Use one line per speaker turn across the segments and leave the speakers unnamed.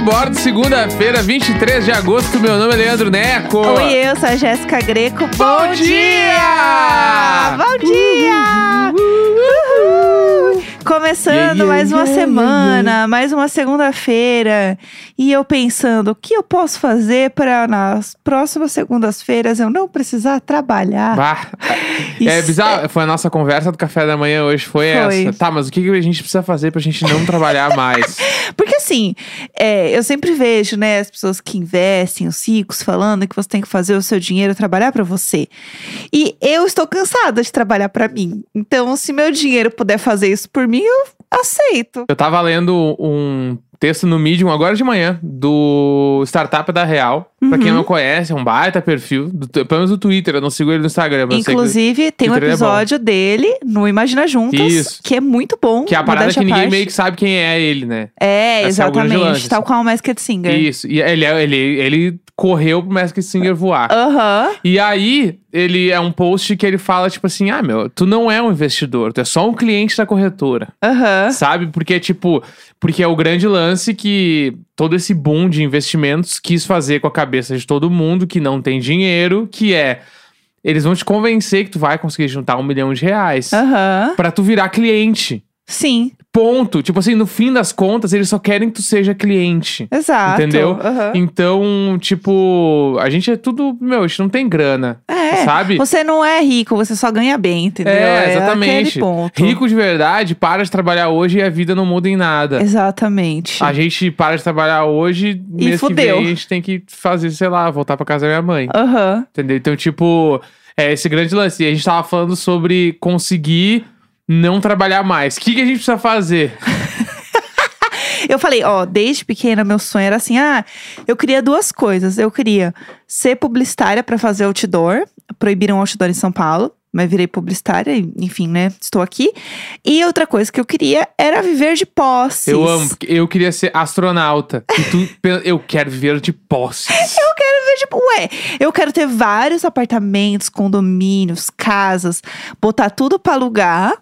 bordo, segunda-feira, 23 de agosto. Meu nome é Leandro Neco.
Oi, eu sou a Jéssica Greco. Bom,
Bom dia!
dia! Bom dia! Uhul! Começando
Yeah,
mais uma
yeah, yeah,
semana, mais uma segunda-feira. E eu pensando, o que eu posso fazer para nas próximas segundas-feiras eu não precisar trabalhar?
Bah. É
Isso é-
bizarro, foi a nossa conversa do café da manhã hoje, foi,
Foi.
essa. Tá, mas o que que a gente precisa fazer pra gente não trabalhar mais?
Porque assim, é, eu sempre vejo, né, as pessoas que investem, os ricos, falando que você tem que fazer o seu dinheiro trabalhar pra você. E eu estou cansada de trabalhar pra mim. Então, se meu dinheiro puder fazer isso por mim, eu aceito.
Eu tava lendo um texto no Medium agora de manhã, do Startup da Real. Pra quem
Uhum.
não conhece, é um baita perfil, do, pelo menos do Twitter, eu não sigo ele no Instagram. mas eu sei que-
Inclusive, tem um
Twitter é bom.
episódio dele no Imagina Juntas,
Isso.
que é muito bom.
que é a parada que
modéstia à
ninguém
parte.
meio que sabe quem é ele, né?
É,
Essa é a grande
exatamente.
lance,
tal qual o Masked Singer.
Isso. E ele, é, ele, ele correu pro Masked Singer voar.
Aham.
E aí, ele é um post que ele fala, tipo assim, ah, meu, tu não é um investidor, tu é só um cliente da corretora.
Aham.
Sabe? Porque, tipo, porque é o grande lance que todo esse boom de investimentos quis fazer com a cabeça de todo mundo que não tem dinheiro, que é. Eles vão te convencer que tu vai conseguir juntar um milhão de reais
Aham.
pra tu virar cliente.
Sim,
Ponto. Tipo assim, no fim das contas, eles só querem que tu seja cliente.
exato.
Entendeu?
Aham.
Então, tipo, a gente é tudo. Meu, a gente não tem grana.
É.
Sabe?
Você não é rico, você só ganha bem, entendeu?
É, exatamente.
aquele ponto.
Rico de verdade, para de trabalhar hoje e a vida não muda em nada.
Exatamente.
é. A gente para de trabalhar hoje,
E
mês que
fudeu.
vem a gente tem que fazer, sei lá, voltar pra casa da minha mãe.
Aham.
Entendeu? Então, tipo, é esse grande lance. E a gente tava falando sobre conseguir não trabalhar mais. O que, que a gente precisa fazer?
Eu falei, ó, desde pequena meu sonho era assim, ah, eu queria duas coisas. Eu queria ser publicitária pra fazer outdoor, proibiram outdoor em São Paulo, mas virei publicitária, e, enfim, né? Estou aqui. E outra coisa que eu queria era viver de posses.
Eu amo. porque Eu queria ser astronauta. E tu, pe- eu quero viver de posses.
É tipo, ué, eu quero ter vários apartamentos, condomínios, casas, botar tudo pra alugar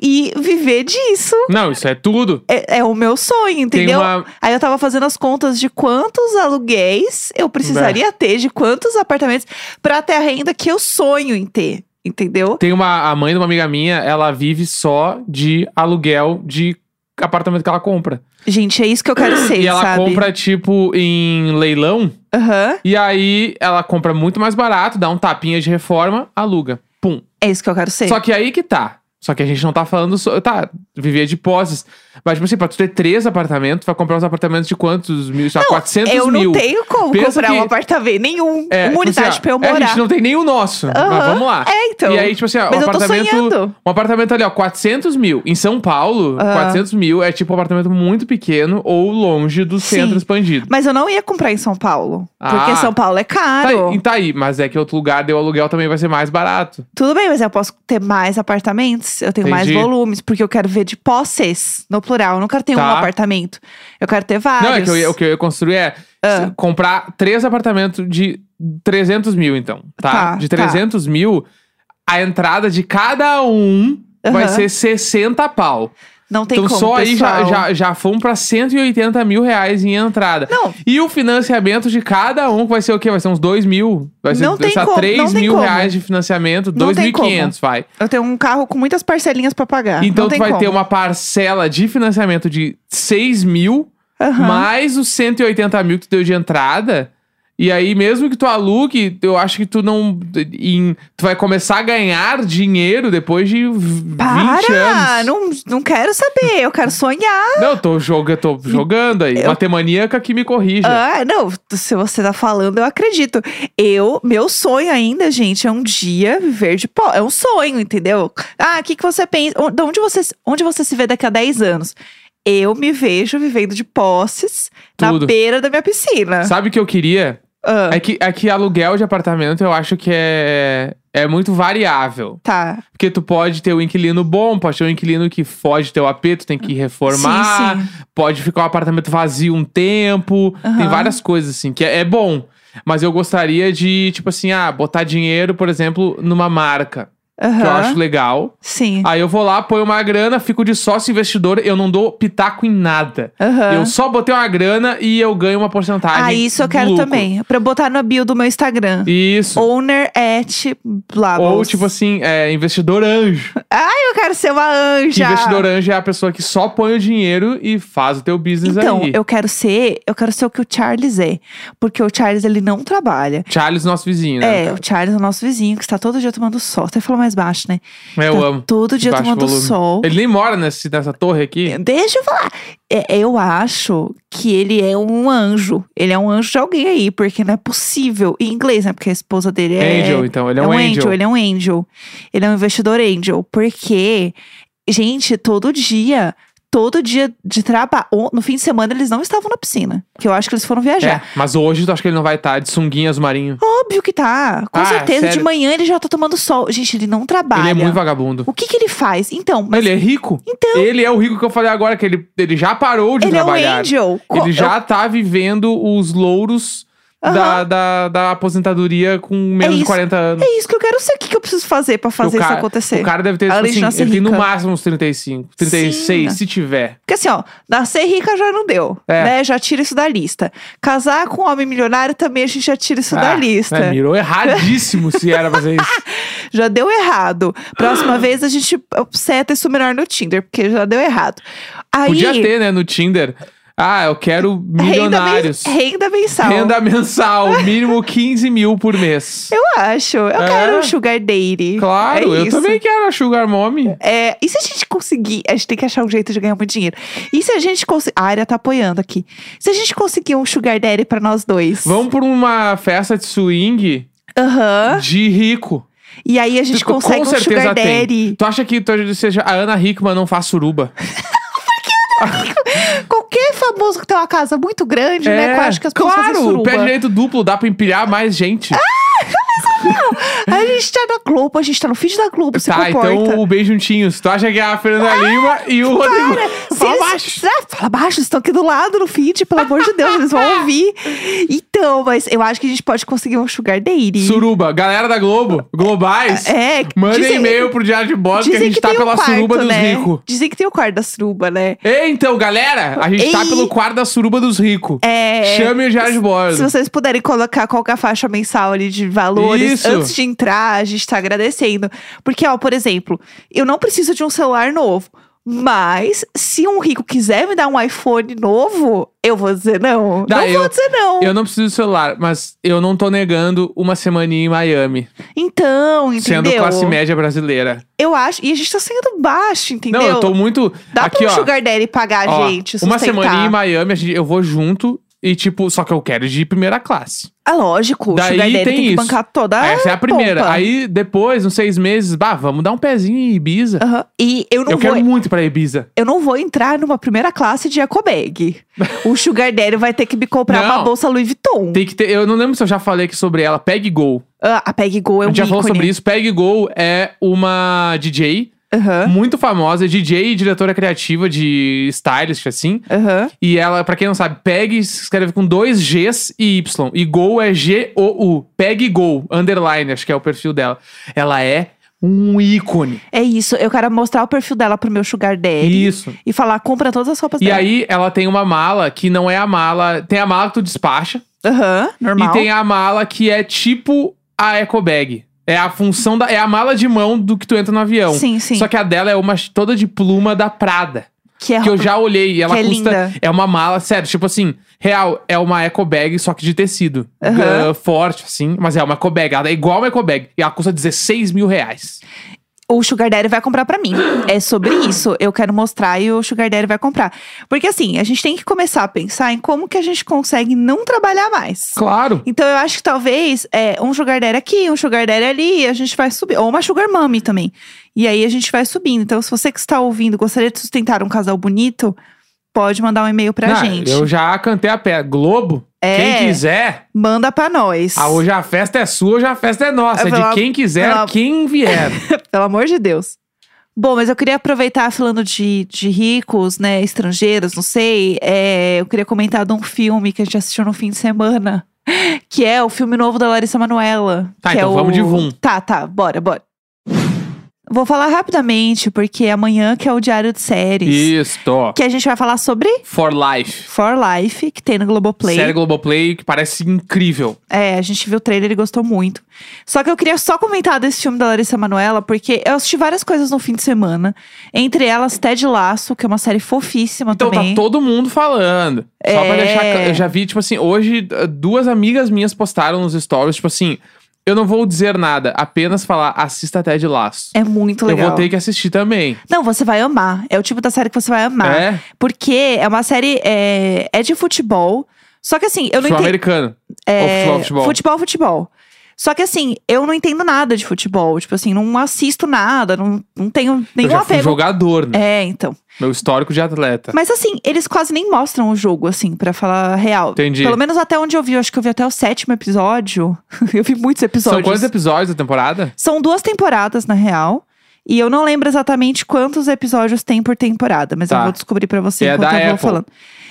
e viver disso.
Não, isso é tudo.
É, é o meu sonho,
Tem
entendeu?
uma.
Aí eu tava fazendo as contas de quantos aluguéis eu precisaria ter, de quantos apartamentos, pra ter a renda que eu sonho em ter, entendeu?
Tem uma. A mãe de uma amiga minha, ela vive só de aluguel de apartamento que ela compra.
Gente, é isso que eu quero ser,
e ela
sabe?
compra, tipo, em leilão.
Aham.
E aí ela compra muito mais barato, dá um tapinha de reforma, aluga. Pum.
É isso que eu quero ser.
Só que aí que tá. Só que a gente não tá falando. So... Tá, vivia de posses. Mas, tipo assim, pra tu ter três apartamentos, tu vai comprar uns apartamentos de quantos mil? Sei lá, 400
eu não
mil.
tenho como
Pensa
comprar um
que-
apartamento, nenhum,
É, tipo
uma unidade
assim, ó,
pra eu
é,
morar.
a gente não tem nem o nosso. Mas
Aham.
vamos lá.
É, então.
E aí, tipo assim, ó, um
Mas eu tô
apartamento.
sonhando.
Um apartamento ali, ó, 400 mil. Em São Paulo,
Ah.
400 mil é tipo um apartamento muito pequeno ou longe do
Sim.
centro expandido.
Mas eu não ia comprar em São Paulo. Porque
Ah.
São Paulo é
Tá
caro.
aí, tá aí, mas é que outro lugar deu aluguel também vai ser mais barato.
Tudo bem, mas eu posso ter mais apartamentos, eu tenho mais
Entendi.
volumes, porque eu quero ver de posses, no plural. Eu não quero ter um
Tá.
apartamento. Eu quero ter vários. Ah.
Não, é que eu ia- o que eu ia construir é se- comprar três apartamentos de 300 mil, então, tá?
Tá,
de
tá.
300 mil, a entrada de cada um vai
Aham.
ser 60 pau.
Não tem
então
como,
só aí já,
pessoal.
já, já fomos pra 180 mil reais em entrada.
Não.
E o financiamento de cada um vai ser o quê? Vai ser uns 2 mil? Vai ser
Não tem
sei lá,
como,
3
não tem
mil
como.
reais de financiamento,
Não tem
2.500 vai.
Eu tenho um carro com muitas parcelinhas pra pagar.
Então
não
tu
tem
vai
como.
ter uma parcela de financiamento de 6 mil,
Aham.
mais os 180 mil que tu deu de entrada. E aí, mesmo que tu alugue, eu acho que tu não. em- tu vai começar a ganhar dinheiro depois de v- 20
Para!
anos.
Não, não quero saber, eu quero sonhar.
Não, eu tô, joga, tô jogando aí. Matemaníaca que me corrija.
Ah, não, se você tá falando, eu acredito. Eu, meu sonho ainda, gente, é um dia viver de pó. É um sonho, entendeu? Ah, o que, que você pensa? De onde você, onde você se vê daqui a 10 anos? Eu me vejo vivendo de posses
Tudo.
na beira da minha piscina.
Sabe o que eu queria?
Ah,
É que, é que aluguel de apartamento eu acho que é, é muito variável.
tá.
Porque tu pode ter um inquilino bom, pode ter um inquilino que foge teu AP, tu tem que reformar,
Sim,
pode ficar um apartamento vazio um tempo, tem
Aham.
várias coisas assim, que é, é bom. Mas eu gostaria de, tipo assim, ah, botar dinheiro, por exemplo, numa marca. que eu
Aham.
acho legal.
Sim.
Aí eu vou lá, ponho uma grana, fico de sócio investidor, eu não dou pitaco em nada.
Aham.
Ah, Eu só botei uma grana e eu ganho uma porcentagem.
Ah, isso eu
do
quero
lucro.
também. Pra eu botar no bio do meu Instagram.
Isso.
Owner at blá blá.
Ou, tipo assim, é, investidor anjo.
Ai, eu quero ser uma
Que
anja.
investidor anjo é a pessoa que só põe o dinheiro e faz o teu business
Então,
aí.
eu quero ser, eu quero ser o que o Charles é. Porque o Charles, ele não trabalha.
Charles, nosso vizinho, né?
É, o Charles é o nosso vizinho, que está todo dia tomando sol. Até falou mais baixo, né?
É, eu
Tá
amo.
Todo dia
Baixo
tomando
volume.
sol.
Ele nem mora nesse, nessa torre aqui.
Deixa eu falar. É, eu acho que ele é um anjo. Ele é um anjo de alguém aí, porque não é possível. Em inglês, né? Porque a esposa dele é.
Angel, então. Ele
é um angel.
angel.
ele é um angel. Ele é um investidor angel. Porque, gente, todo dia, todo dia de trabalho. No fim de semana, eles não estavam na piscina. Que eu acho que eles foram viajar.
É, mas hoje tu acha que ele não vai estar de sunguinhas marinho.
Óbvio que tá. Com
Ah,
certeza, de
sério?
manhã ele já tá tomando sol. Gente, ele não trabalha.
Ele é muito vagabundo.
O que que ele faz? Então, mas
Ele é rico.
Então.
Ele é o rico que eu falei agora, que ele, ele já parou de
ele é um
trabalhar.
angel. Co-
Ele já tá vivendo os louros da,
Aham.
da, da aposentadoria com menos de
isso.
40 anos.
É isso que eu quero ser. O que, que eu preciso fazer pra fazer
O
isso
cara-
acontecer?
O cara deve ter,
A
tipo
lei de
assim,
nascer
ele tem no
rica.
máximo uns 35, 36, se tiver.
Porque assim, ó, nascer rica já não deu,
É.
né? Já tira isso da lista. Casar com um homem milionário também a gente já tira isso da
Ah,
lista.
né, mirou erradíssimo se era fazer isso.
Já deu errado. Próxima vez a gente seta isso melhor no Tinder, porque já deu errado. Aí,
Podia ter, né, no Tinder. Ah, eu quero
renda, mens-
milionários.
renda mensal.
Renda mensal, mínimo 15 mil por mês.
Eu acho. Eu
É.
quero um sugar daddy.
Claro,
É
eu
isso.
também quero a Sugar Mommy.
É, e se a gente conseguir, a gente tem que achar um jeito de ganhar muito dinheiro. E se a gente conseguir. A área tá apoiando aqui. Se a gente conseguir um Sugar Daddy pra nós dois.
Vamos pra uma festa de swing
Aham.
de rico.
E aí a gente
Tipo, Com
consegue um
certeza
Sugar
tem.
Daddy.
Tu acha que tu seja a Ana Hickman não faz suruba?
Qualquer famoso que tem uma casa muito grande, né? que Eu acho que as pessoas fazem
É, claro,
suruba.
pé direito duplo, dá pra empilhar mais gente.
A gente tá na Globo, a gente tá no feed da Globo, se
tá,
comporta. Ah,
então o beijo juntinhos. Tu acha que é a Fernanda Lima e o Rodrigo.
Se
Fala
eles-
baixo.
Ah, fala baixo, eles estão aqui do lado no feed, pelo amor de Deus, eles vão ouvir. Então, mas eu acho que a gente pode conseguir um Sugar Daddy.
Suruba, galera da Globo, Globais,
é,
manda
dizem-
e-mail pro Diário de Bordo que a
Dizem
gente
que
tá
tem o
pela
quarto,
suruba dos
né?
ricos.
Dizem que tem o quarto da suruba, né?
Ei, então, galera, a gente tá
Ei.
pelo quarto da suruba dos ricos.
É.
Chame o Diário de Bordo.
Se vocês puderem colocar qualquer faixa mensal ali de valores
Isso.
antes de entrar, a gente tá agradecendo. Porque, ó, por exemplo, eu não preciso de um celular novo. Mas, se um rico quiser me dar um iPhone novo, eu vou dizer não.
Dá,
não
eu-
vou dizer não.
Eu não preciso de celular, mas eu não tô negando uma semaninha em Miami,
Então, entendeu?
sendo classe média brasileira.
Eu acho. E a gente tá sendo baixo, entendeu?
Não, eu tô muito.
Dá
aqui,
pra um
ó.
Sugar Daddy pagar
ó,
a gente. sustentar.
uma semaninha em Miami, a gente- eu vou junto e, tipo, só que eu quero de primeira classe.
Ah, lógico. o
Daí
Sugar Daddy
tem
tem, que
isso.
bancar toda
Essa é a primeira.
pompa.
Aí, depois, uns seis meses, bah, vamos dar um pezinho em Ibiza.
Aham. E eu não
eu
vou.
quero muito pra Ibiza.
eu não vou entrar numa primeira classe de Ecobag. O Sugar Daddy vai ter que me comprar
Não.
uma bolsa Louis Vuitton.
Tem que ter. Eu não lembro se eu já falei aqui sobre ela. Peg Go.
Ah, a Peg Go é um
a gente já
ícone.
falou sobre isso. Peg Go é uma DJ
Aham,
muito famosa, DJ e diretora criativa de stylist, assim.
aham.
E ela, pra quem não sabe, PEG se escreve com dois Gs e Y. E Gol é G-O-U. PEG Gol, underline, acho que é o perfil dela. Ela é um ícone.
É isso. Eu quero mostrar o perfil dela pro meu Sugar Daddy.
Isso.
E falar, compra todas as roupas
E
dela.
aí, ela tem uma mala que não é a mala. Tem a mala que tu despacha.
Aham, normal.
E tem a mala que é tipo a eco bag. É a função da. É a mala de mão do que tu entra no avião.
Sim, sim.
Só que a dela é uma toda de pluma da Prada.
que é
Que eu já olhei e ela
Que é
custa.
linda.
É uma mala, sério, tipo assim, real, é uma eco bag, só que de tecido.
Aham.
Ah, forte, assim, mas é uma eco bag. Ela é igual uma eco bag. E ela custa 16 mil reais.
o Sugar Daddy vai comprar pra mim. É sobre isso. Eu quero mostrar e o Sugar Daddy vai comprar. Porque assim, a gente tem que começar a pensar em como que a gente consegue não trabalhar mais.
Claro.
Então eu acho que talvez é, um sugar daddy aqui, um sugar daddy ali, a gente vai subir. Ou uma sugar mommy também. E aí a gente vai subindo. Então se você que está ouvindo gostaria de sustentar um casal bonito, pode mandar um e-mail pra
Não,
gente.
Eu já cantei a pé. Globo,
É.
quem quiser,
Manda pra nós.
ah, hoje a festa é sua, hoje a festa é nossa.
Eu
É
vou
de
lá-
quem quiser,
vou lá-
quem vier.
Pelo amor de Deus. Bom, mas eu queria aproveitar falando de, de ricos, né, estrangeiros, não sei. é, eu queria comentar de um filme que a gente assistiu no fim de semana. Que é o filme novo da Larissa Manoela.
Tá,
que é
então vamos
o-
de Vum.
Tá, tá, bora, bora. Vou falar rapidamente, porque amanhã que é o Diário de Séries.
Isto.
Que a gente vai falar sobre
For Life.
For Life, que tem no Globoplay.
Série Globoplay que parece incrível.
É, a gente viu o trailer e gostou muito. Só que eu queria só comentar desse filme da Larissa Manoela, porque eu assisti várias coisas no fim de semana. Entre elas, Ted Laço, que é uma série fofíssima
Então
também.
tá todo mundo falando. Só pra
É.
deixar. cl- Eu já vi, tipo assim, hoje eh, duas amigas minhas postaram nos stories, tipo assim, eu não vou dizer nada, apenas falar, assista até de laço.
É muito
eu
legal.
vou ter que assistir também.
Não, você vai amar. É o tipo da série que você vai amar.
É?
Porque é uma série. É, é de futebol. Só que assim, eu não
Futebol
entendo.
americano.
É,
Ou futebol, futebol.
futebol, futebol. Só que assim, eu não entendo nada de futebol. Tipo assim, não assisto nada, não, não tenho
eu
nenhum
já fui
apego.
jogador, né?
É, então.
Meu histórico de atleta.
Mas assim, eles quase nem mostram o jogo, assim, pra falar a real.
Entendi.
Pelo menos até onde eu vi, eu acho que eu vi até o sétimo episódio. eu vi muitos episódios.
São quantos episódios da temporada?
São duas temporadas, na real. E eu não lembro exatamente quantos episódios tem por temporada, mas eu
Tá.
vou descobrir pra você
E é
enquanto
da
eu vou
Apple.
falando.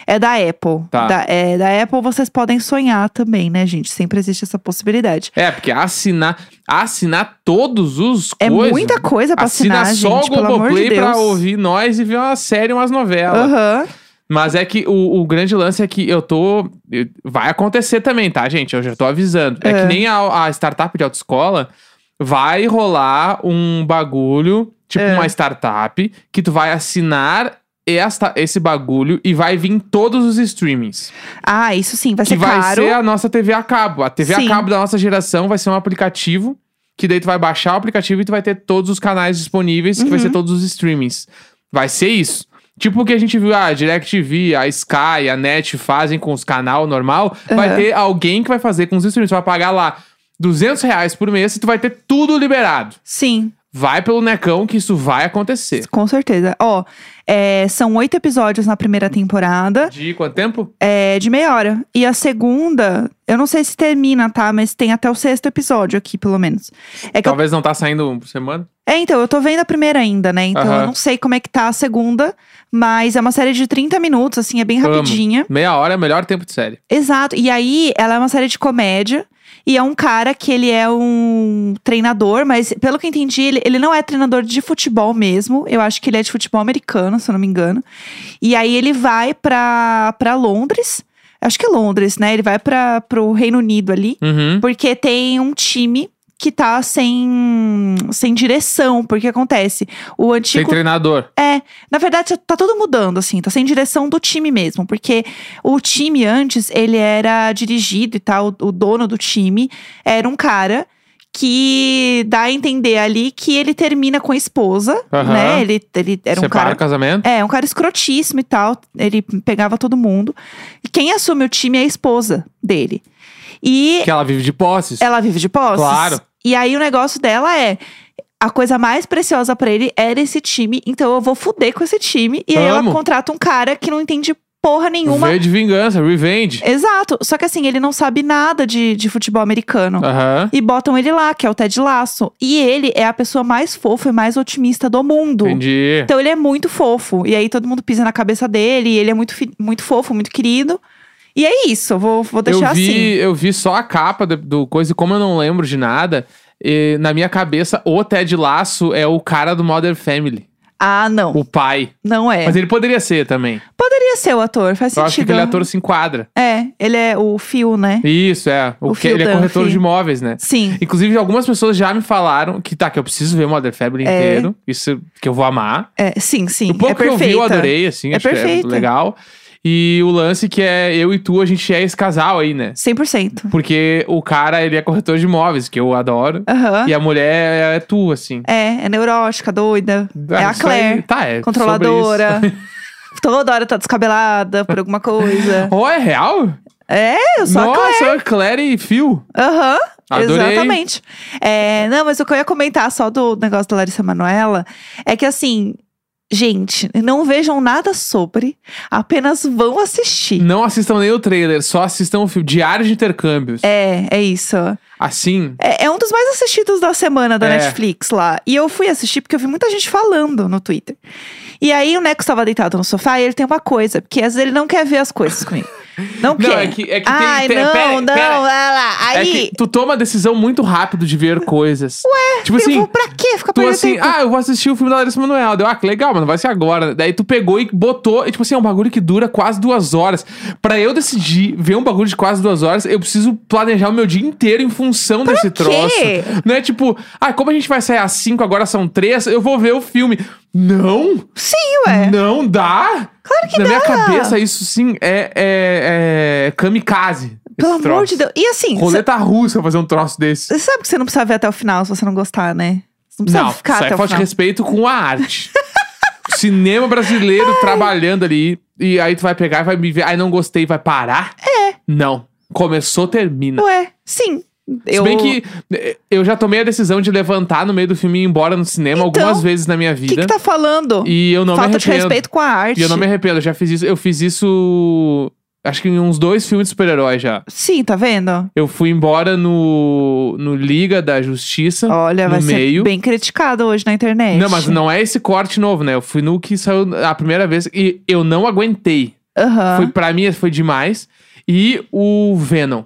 É da Apple.
Tá.
Da- é, da Apple vocês podem sonhar também, né, gente? Sempre existe essa possibilidade.
É, porque assinar, assinar todos os
É
coisas.
muita coisa pra
Assina
assinar,
só
gente,
o
pelo amor
Globoplay
de Deus.
pra ouvir nós e ver uma série, umas novelas.
Aham.
Mas é que o, o grande lance é que eu tô. eu- Vai acontecer também, tá, gente? Eu já tô avisando. É, que nem a, a startup de autoescola vai rolar um bagulho, tipo
É.
uma startup, que tu vai assinar esta, esse bagulho e vai vir em todos os streamings.
Ah, isso sim, vai
que
ser
vai
caro.
ser a nossa TV a cabo. A TV
Sim.
a cabo da nossa geração vai ser um aplicativo. Que daí tu vai baixar o aplicativo e tu vai ter todos os canais disponíveis, que vai
Uhum.
ser todos os streamings. Vai ser isso. Tipo o que a gente viu, ah, a DirecTV, a Sky, a Net fazem com os canal normal. Vai
Aham.
ter alguém que vai fazer com os streamings. Tu vai pagar lá 200 reais por mês e tu vai ter tudo liberado.
Sim,
Vai pelo necão que isso vai acontecer.
com certeza. Ó, é, são oito episódios na primeira temporada,
De quanto tempo?
é, de meia hora. E a segunda, eu não sei se termina, tá? Mas tem até o sexto episódio aqui, pelo menos. É que eu
Talvez não tá saindo um por semana.
É, então, eu tô vendo a primeira ainda, né? Então
Aham.
eu não sei como é que tá a segunda, mas é uma série de 30 minutos, assim, é bem
Amo.
rapidinha.
Meia hora é o melhor tempo de série.
Exato. E aí, ela é uma série de comédia. E é um cara que ele é um treinador, mas pelo que eu entendi, ele, ele não é treinador de futebol mesmo. Eu acho que ele é de futebol americano, se eu não me engano. E aí ele vai pra, pra Londres. Acho que é Londres, né? Ele vai pra, pro Reino Unido ali.
Uhum.
Porque tem um time que tá sem, sem direção. Porque acontece, o
Tem
antigo
treinador.
é, na verdade tá tudo mudando, assim, tá sem direção do time mesmo, porque o time antes, ele era dirigido e tal, o dono do time era um cara que dá a entender ali que ele termina com a esposa,
Aham.
né? Ele, ele era um
Separa
cara
o casamento.
é, um cara escrotíssimo e tal. Ele pegava todo mundo. E quem assume o time é a esposa dele. E
Que ela vive de posses.
É. ela vive de posses.
Claro.
E aí o negócio dela é. A coisa mais preciosa pra ele era esse time, então eu vou fuder com esse time. E aí ela
Amo.
contrata um cara que não entende porra nenhuma.
Veio de vingança, revenge.
Exato. Só que assim, ele não sabe nada de, de futebol americano.
Aham.
E botam ele lá, que é o Ted Laço. E ele é a pessoa mais fofa e mais otimista do mundo.
Entendi.
Então ele é muito fofo. E aí todo mundo pisa na cabeça dele, e ele é muito, fi- muito fofo, muito querido. E é isso, eu vou, vou deixar
eu vi,
assim.
eu vi só a capa do, do coisa e como eu não lembro de nada, e na minha cabeça o Ted Laço é o cara do Modern Family,
Ah, não.
o pai.
Não é.
Mas ele poderia ser também.
Poderia ser o é ator, faz sentido.
Eu
né?
acho que aquele ator se enquadra.
É, ele é o fio, né?
Isso é. O
O
que-
Phil
ele é corretor
Dunphy.
de imóveis, né?
Sim.
Inclusive algumas pessoas já me falaram que tá que eu preciso ver Modern Family
É.
inteiro, isso que eu vou amar.
É, sim, sim.
O pouco
é
que eu
perfeita.
vi, eu adorei, assim,
É
acho que
perfeita.
é legal. E o lance que é eu e tu, a gente é esse casal aí, né?
100%.
Porque o cara, ele é corretor de imóveis, que eu adoro.
Aham.
E a mulher é tu, assim.
É, é neurótica, doida. é
Ah,
a
isso aí.
Claire.
Tá, é.
Controladora.
sobre isso.
Toda hora tá descabelada por alguma coisa.
Oh, é real?
É, eu sou a Claire.
Nossa, Claire. e Phil.
Aham,
Adorei.
exatamente. É, não, mas o que eu ia comentar só do negócio da Larissa Manoela é que assim, gente, não vejam nada sobre, apenas vão assistir.
Não assistam nem o trailer, só assistam o filme. Diário de Intercâmbios.
É, é isso.
Assim,
É, é um dos mais assistidos da semana da
É.
Netflix lá. E eu fui assistir porque eu vi muita gente falando no Twitter. E aí o Neco estava deitado no sofá e ele tem uma coisa, porque às vezes ele não quer ver as coisas comigo. Não quer.
Não, é que, é que
Ai,
tem. pe-
não,
pera,
não,
pera.
lá, lá.
É
Aí,
que tu toma a decisão muito rápido de ver coisas. Ué, tipo assim,
eu vou pra quê ficar
tu
perdendo
assim,
tempo?
ah, eu vou assistir o filme da Larissa Manoel. Deu, ah, que legal, mano, vai ser agora. Daí tu pegou e botou. E, tipo assim, é um bagulho que dura quase duas horas. Pra eu decidir ver um bagulho de quase duas horas, eu preciso planejar o meu dia inteiro em função desse troço. Não é tipo, ah, como a gente vai sair às cinco, agora são três, eu vou ver o filme. Não!
Sim, ué.
ah, Não dá!
Claro que
Na
dá.
minha cabeça, isso sim é, é, é kamikaze.
Pelo
esse
amor
troço.
de Deus. E assim, sa-
Roleta russa fazer um troço desse.
você sabe que você não precisa ver até o final se você não gostar, né? Você não precisa
Não,
ficar
isso aí
até
é
o
falta
final.
de respeito com a arte. Cinema brasileiro trabalhando ali. E aí tu vai pegar e vai me ver. Aí não gostei, vai parar? É. Não. Começou, termina.
Ué, sim. Eu...
né? Se bem que eh, eu já tomei a decisão de levantar no meio do filme e ir embora no cinema
Então,
algumas vezes na minha
O que,
vida.
que tá falando?
E eu não me
Falta de
arrependo.
respeito com a arte.
E eu não me arrependo, eu já fiz isso. Eu fiz isso. Acho que em uns dois filmes de super-herói já.
Sim, tá vendo?
Eu fui embora no, no Liga da Justiça.
Olha,
no
vai ser
meio.
bem criticado hoje na internet.
Não, mas não é esse corte novo, né? Eu fui no que saiu a primeira vez e eu não aguentei.
Aham.
Foi para mim foi demais. E o Venom.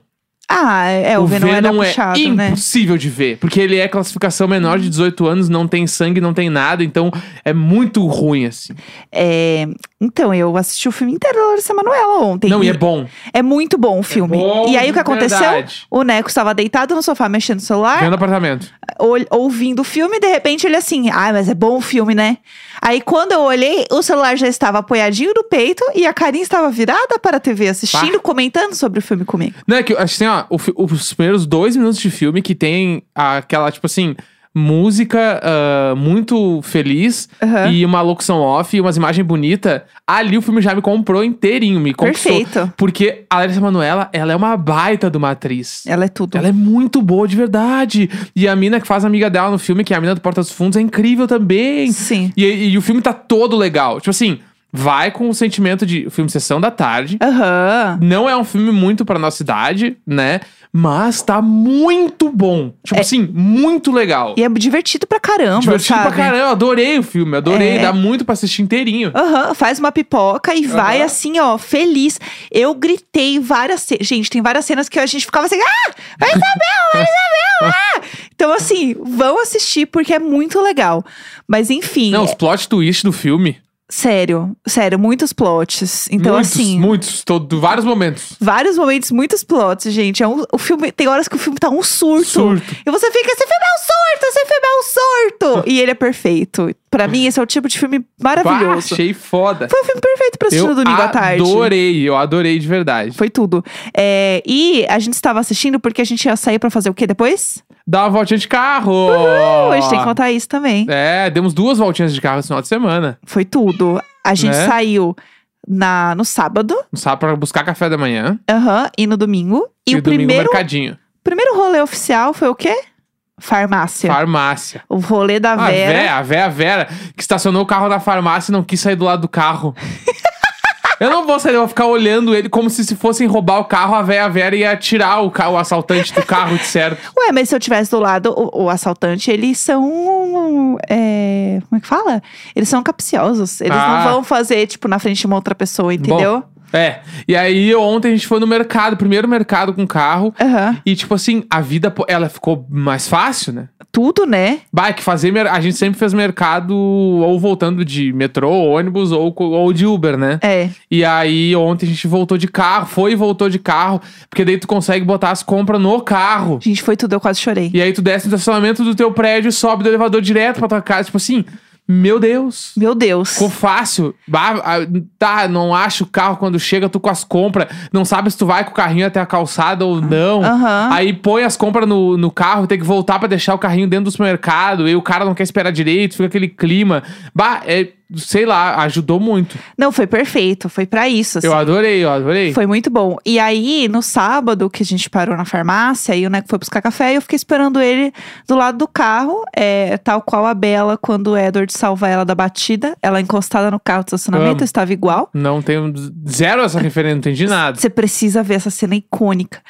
Ah, é, o, Venom, era
é
puxado, né?
impossível de ver, porque ele é classificação menor de 18 anos, não tem sangue, não tem nada, então é muito ruim assim.
É, então, eu assisti o filme inteiro da Larissa Manoela ontem.
não, e é bom.
É muito bom o filme.
bom
e aí o que
de
aconteceu? Ah,
verdade.
O Neco estava deitado no sofá mexendo no celular,
Vendo apartamento.
ol- ouvindo o filme, e de repente ele assim, ah, mas é bom o filme, né? Aí quando eu olhei, o celular já estava apoiadinho no peito e a Karine estava virada para a TV assistindo, comentando sobre o filme comigo.
Não, é que acho que tem, ó, o fi- os primeiros dois minutos de filme que tem aquela, tipo assim, música ah, muito feliz
Aham.
e uma locução off e umas imagens bonitas. Ali o filme já me comprou inteirinho, me conquistou.
Perfeito.
Porque a Larissa Manoela, ela é uma baita de uma atriz.
Ela é tudo.
Ela é muito boa de verdade. E a mina que faz a amiga dela no filme, que é a mina do Porta dos Fundos, é incrível também.
Sim.
E, e o filme tá todo legal. Tipo assim, vai com o sentimento de o filme Sessão da Tarde.
Aham.
Não é um filme muito pra nossa idade, né? Mas tá muito bom. Tipo assim, muito legal.
É. E é divertido pra caramba,
Divertido
sabe?
pra caramba. Adorei o filme, adorei.
É.
Dá muito pra assistir inteirinho.
Aham, faz uma pipoca e vai
Aham.
assim, ó, feliz. Eu gritei várias cenas. Gente, tem várias cenas que a gente ficava assim, ah, vai Isabel, vai Isabel, ah! Então, assim, vão assistir porque é muito legal. Mas, enfim,
Não,
é-
os plot twists do filme.
sério, sério, muitos plots. Então,
muitos,
assim.
muitos. Todo, vários momentos.
Vários momentos, muitos plots, gente. É um, o filme, tem horas que o filme tá um surto.
Surto.
E você fica, esse filme é um surto, esse filme é um surto. e ele é perfeito. Pra mim, esse é o tipo de filme
Bah,
maravilhoso.
achei foda.
Foi um filme perfeito pra assistir
Eu
no domingo à tarde.
adorei, eu adorei de verdade.
Foi tudo. É, e a gente estava assistindo porque a gente ia sair pra fazer o quê depois?
Dá uma voltinha de carro. Ah.
Hoje tem que contar isso também.
É, demos duas voltinhas de carro esse final de semana.
Foi tudo. A gente
Né?
saiu na, no sábado
Sabe, pra buscar café da manhã.
aham, e no domingo. E, o
domingo
primeiro,
mercadinho.
primeiro rolê oficial foi o quê? Farmácia.
Farmácia.
O rolê da
A
Vera.
Ah, Vera, a Vera, que estacionou o carro na farmácia e não quis sair do lado do carro. eu não vou sair, eu vou ficar olhando ele como se, se fossem roubar o carro, a Vera, a Vera ia tirar o, ca- o assaltante do carro de certo.
Ué, mas se eu tivesse do lado, o, o assaltante, eles são. é, como é que fala? Eles são capciosos. Eles
Ah.
não vão fazer, tipo, na frente de uma outra pessoa, entendeu?
É. E aí ontem a gente foi no mercado, primeiro mercado com carro.
Aham.
E tipo assim, a vida, pô, ela ficou mais fácil, né?
Tudo, né?
Bah, é que fazer. mer- A gente sempre fez mercado ou voltando de metrô, ônibus ou, co- ou de Uber, né?
É.
E aí ontem a gente voltou de carro, foi e voltou de carro, porque daí tu consegue botar as compras no carro.
Gente, foi tudo, eu quase chorei.
E aí tu desce no estacionamento do teu prédio e sobe do elevador direto pra tua casa. Tipo assim, meu Deus.
Meu Deus.
Ficou fácil. Bah, ah, tá, não acha o carro quando chega, tu com as compras. Não sabe se tu vai com o carrinho até a calçada ou não.
Aham.
Aí põe as compras no, no carro, tem que voltar pra deixar o carrinho dentro do supermercado. E o cara não quer esperar direito, fica aquele clima. Bah, é, sei lá, ajudou muito.
Não, foi perfeito. Foi pra isso. assim.
Eu adorei, eu adorei.
Foi muito bom. E aí, no sábado, que a gente parou na farmácia e o Neco foi buscar café, eu fiquei esperando ele do lado do carro, é, tal qual a Bela, quando o Edward salva ela da batida, ela encostada no carro do estacionamento,
Amo.
estava igual.
Não tenho zero essa referência, não entendi nada.
Você precisa ver essa cena icônica.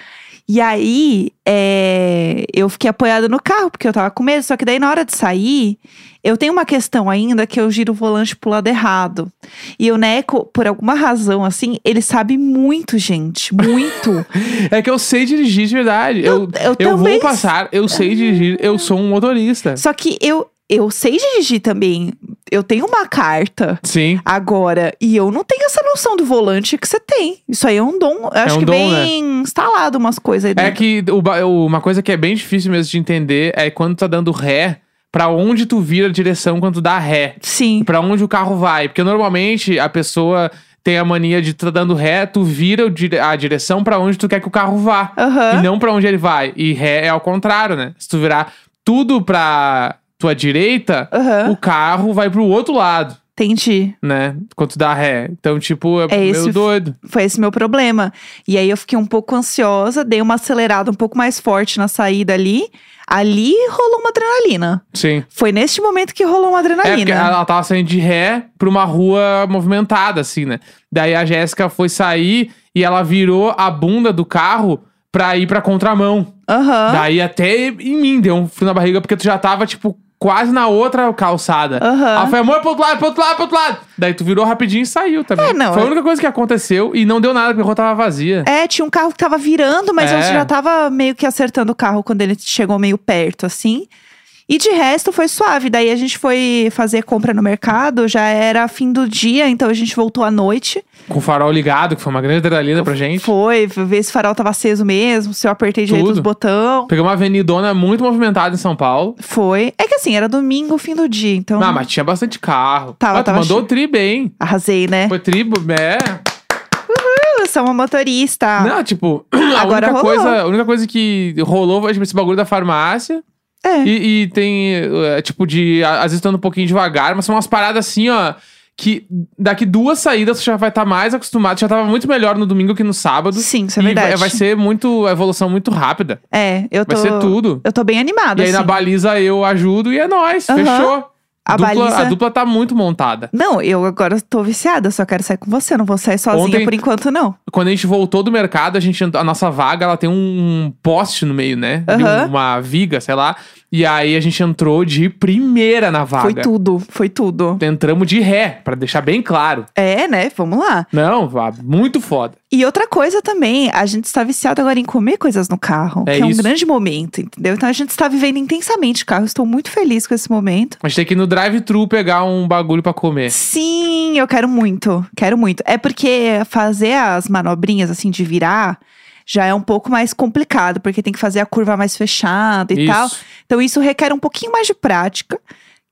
E aí, é, eu fiquei apoiada no carro, porque eu tava com medo. Só que daí, na hora de sair, eu tenho uma questão ainda que eu giro o volante pro lado errado. E o Neco, por alguma razão, assim, ele sabe muito, gente. Muito.
É que eu sei dirigir de verdade. Eu,
eu
vou
também
passar, eu sei dirigir, eu sou um motorista.
Só que eu, eu sei dirigir também. Eu tenho uma carta
Sim.
agora. E eu não tenho essa noção do volante que você tem. Isso aí é um dom. Eu acho
um
que
dom,
bem instalado umas coisas aí
É
dentro.
que o ba- o- uma coisa que é bem difícil mesmo de entender é quando tá dando ré, pra onde tu vira a direção quando tu dá ré.
Sim.
Pra onde o carro vai. Porque normalmente a pessoa tem a mania de tá dando ré, tu vira o dire- a direção pra onde tu quer que o carro vá.
Aham.
E não pra onde ele vai. E ré é ao contrário, né? Se tu virar tudo pra tua direita,
Aham.
o carro vai pro outro lado,
Entendi.
né? Quando tu dá ré. Então, tipo, é,
É
meio
esse o-
doido.
Foi esse meu problema. E aí eu fiquei um pouco ansiosa, dei uma acelerada um pouco mais forte na saída ali. Ali rolou uma adrenalina.
Sim.
Foi neste momento que rolou uma
É, porque
adrenalina.
ela tava saindo de ré pra uma rua movimentada, assim, né? Daí a Jéssica foi sair e ela virou a bunda do carro pra ir pra contramão.
Aham.
Daí até em mim deu um frio na barriga, porque tu já tava, tipo, quase na outra calçada.
Aham.
Ela foi, amor, pro outro lado, pro outro lado, pro outro lado. Daí tu virou rapidinho e saiu também.
É, não,
foi a
é-
única coisa que aconteceu e não deu nada, porque a rua tava vazia.
É, tinha um carro que tava virando, mas
É.
eu já tava meio que acertando o carro quando ele chegou meio perto, assim. E de resto foi suave. Daí a gente foi fazer compra no mercado, já era fim do dia, então a gente voltou à noite.
Com o farol ligado, que foi uma grande adrenalina pra gente.
Foi, ver se o farol tava aceso mesmo, se eu apertei direito
Tudo.
os botão.
Pegou uma avenidona muito movimentada em São Paulo.
Foi. É que assim, era domingo, fim do dia, então.
Ah, mas tinha bastante carro.
Tava-
mas tu
tava
mandou
cheio.
o tri bem.
Arrasei, né?
Foi tribo, é.
Eu sou uma motorista.
Não, tipo, a
Tá. Agora
única,
rolou.
coisa, a única coisa que rolou foi tipo, esse bagulho da farmácia.
É.
E, e tem, eh, tipo, de. a- Às vezes tá andando um pouquinho devagar, mas são umas paradas assim, ó. Que daqui duas saídas tu já vai estar mais acostumado. Já tava muito melhor no domingo que no sábado.
Sim, isso é
E
verdade.
Vai, vai ser muito. A evolução muito rápida.
É, eu tô.
Vai ser tudo.
Eu tô bem animada.
E aí na
assim.
baliza eu ajudo e é nóis.
Aham.
Fechou.
A
dupla,
baliza-
a dupla tá muito montada.
Não, eu agora tô viciada, só quero sair com você. eu Não vou sair sozinha
Ontem-
por enquanto, não.
Quando a gente voltou do mercado, a gente ent- a nossa vaga, ela tem um poste no meio, né? Ali,
Aham.
Uma viga, sei lá. E aí a gente entrou de primeira na vaga.
Foi tudo, foi tudo.
Entramos de ré, pra deixar bem claro.
É, né? Vamos lá.
Não, vá, muito foda.
E outra coisa também, a gente está viciado agora em comer coisas no carro,
É
que é um
isso.
grande momento, entendeu? Então a gente está vivendo intensamente o carro. Estou muito feliz com esse momento.
A gente tem que ir no drive-thru pegar um bagulho pra comer.
Sim, eu quero muito, quero muito. É porque fazer as manobrinhas assim de virar já é um pouco mais complicado, porque tem que fazer a curva mais fechada e
Isso.
tal. Então isso requer um pouquinho mais de prática,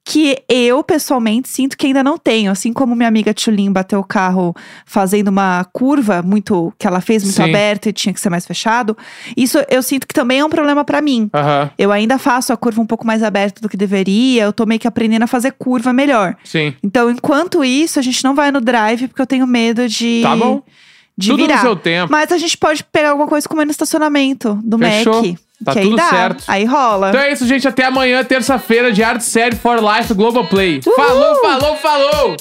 que eu pessoalmente sinto que ainda não tenho, assim como minha amiga Tulin bateu o carro fazendo uma curva muito que ela fez muito
Sim.
aberta e tinha que ser mais fechado. Isso eu sinto que também é um problema pra mim.
Aham,
Eu ainda faço a curva um pouco mais aberta do que deveria, eu tô meio que aprendendo a fazer curva melhor.
sim.
Então, enquanto isso, a gente não vai no drive, porque eu tenho medo de.
Tá bom.
Ah. De
Tudo
virar.
no seu tempo.
Mas a gente pode pegar alguma coisa e comer no estacionamento do
Fechou.
Mac.
Tá
que aí
tudo
dá.
certo.
Aí rola.
Então é isso, gente. Até amanhã, terça-feira, de Arte Série for Life Globoplay. Play. Falou, falou, falou!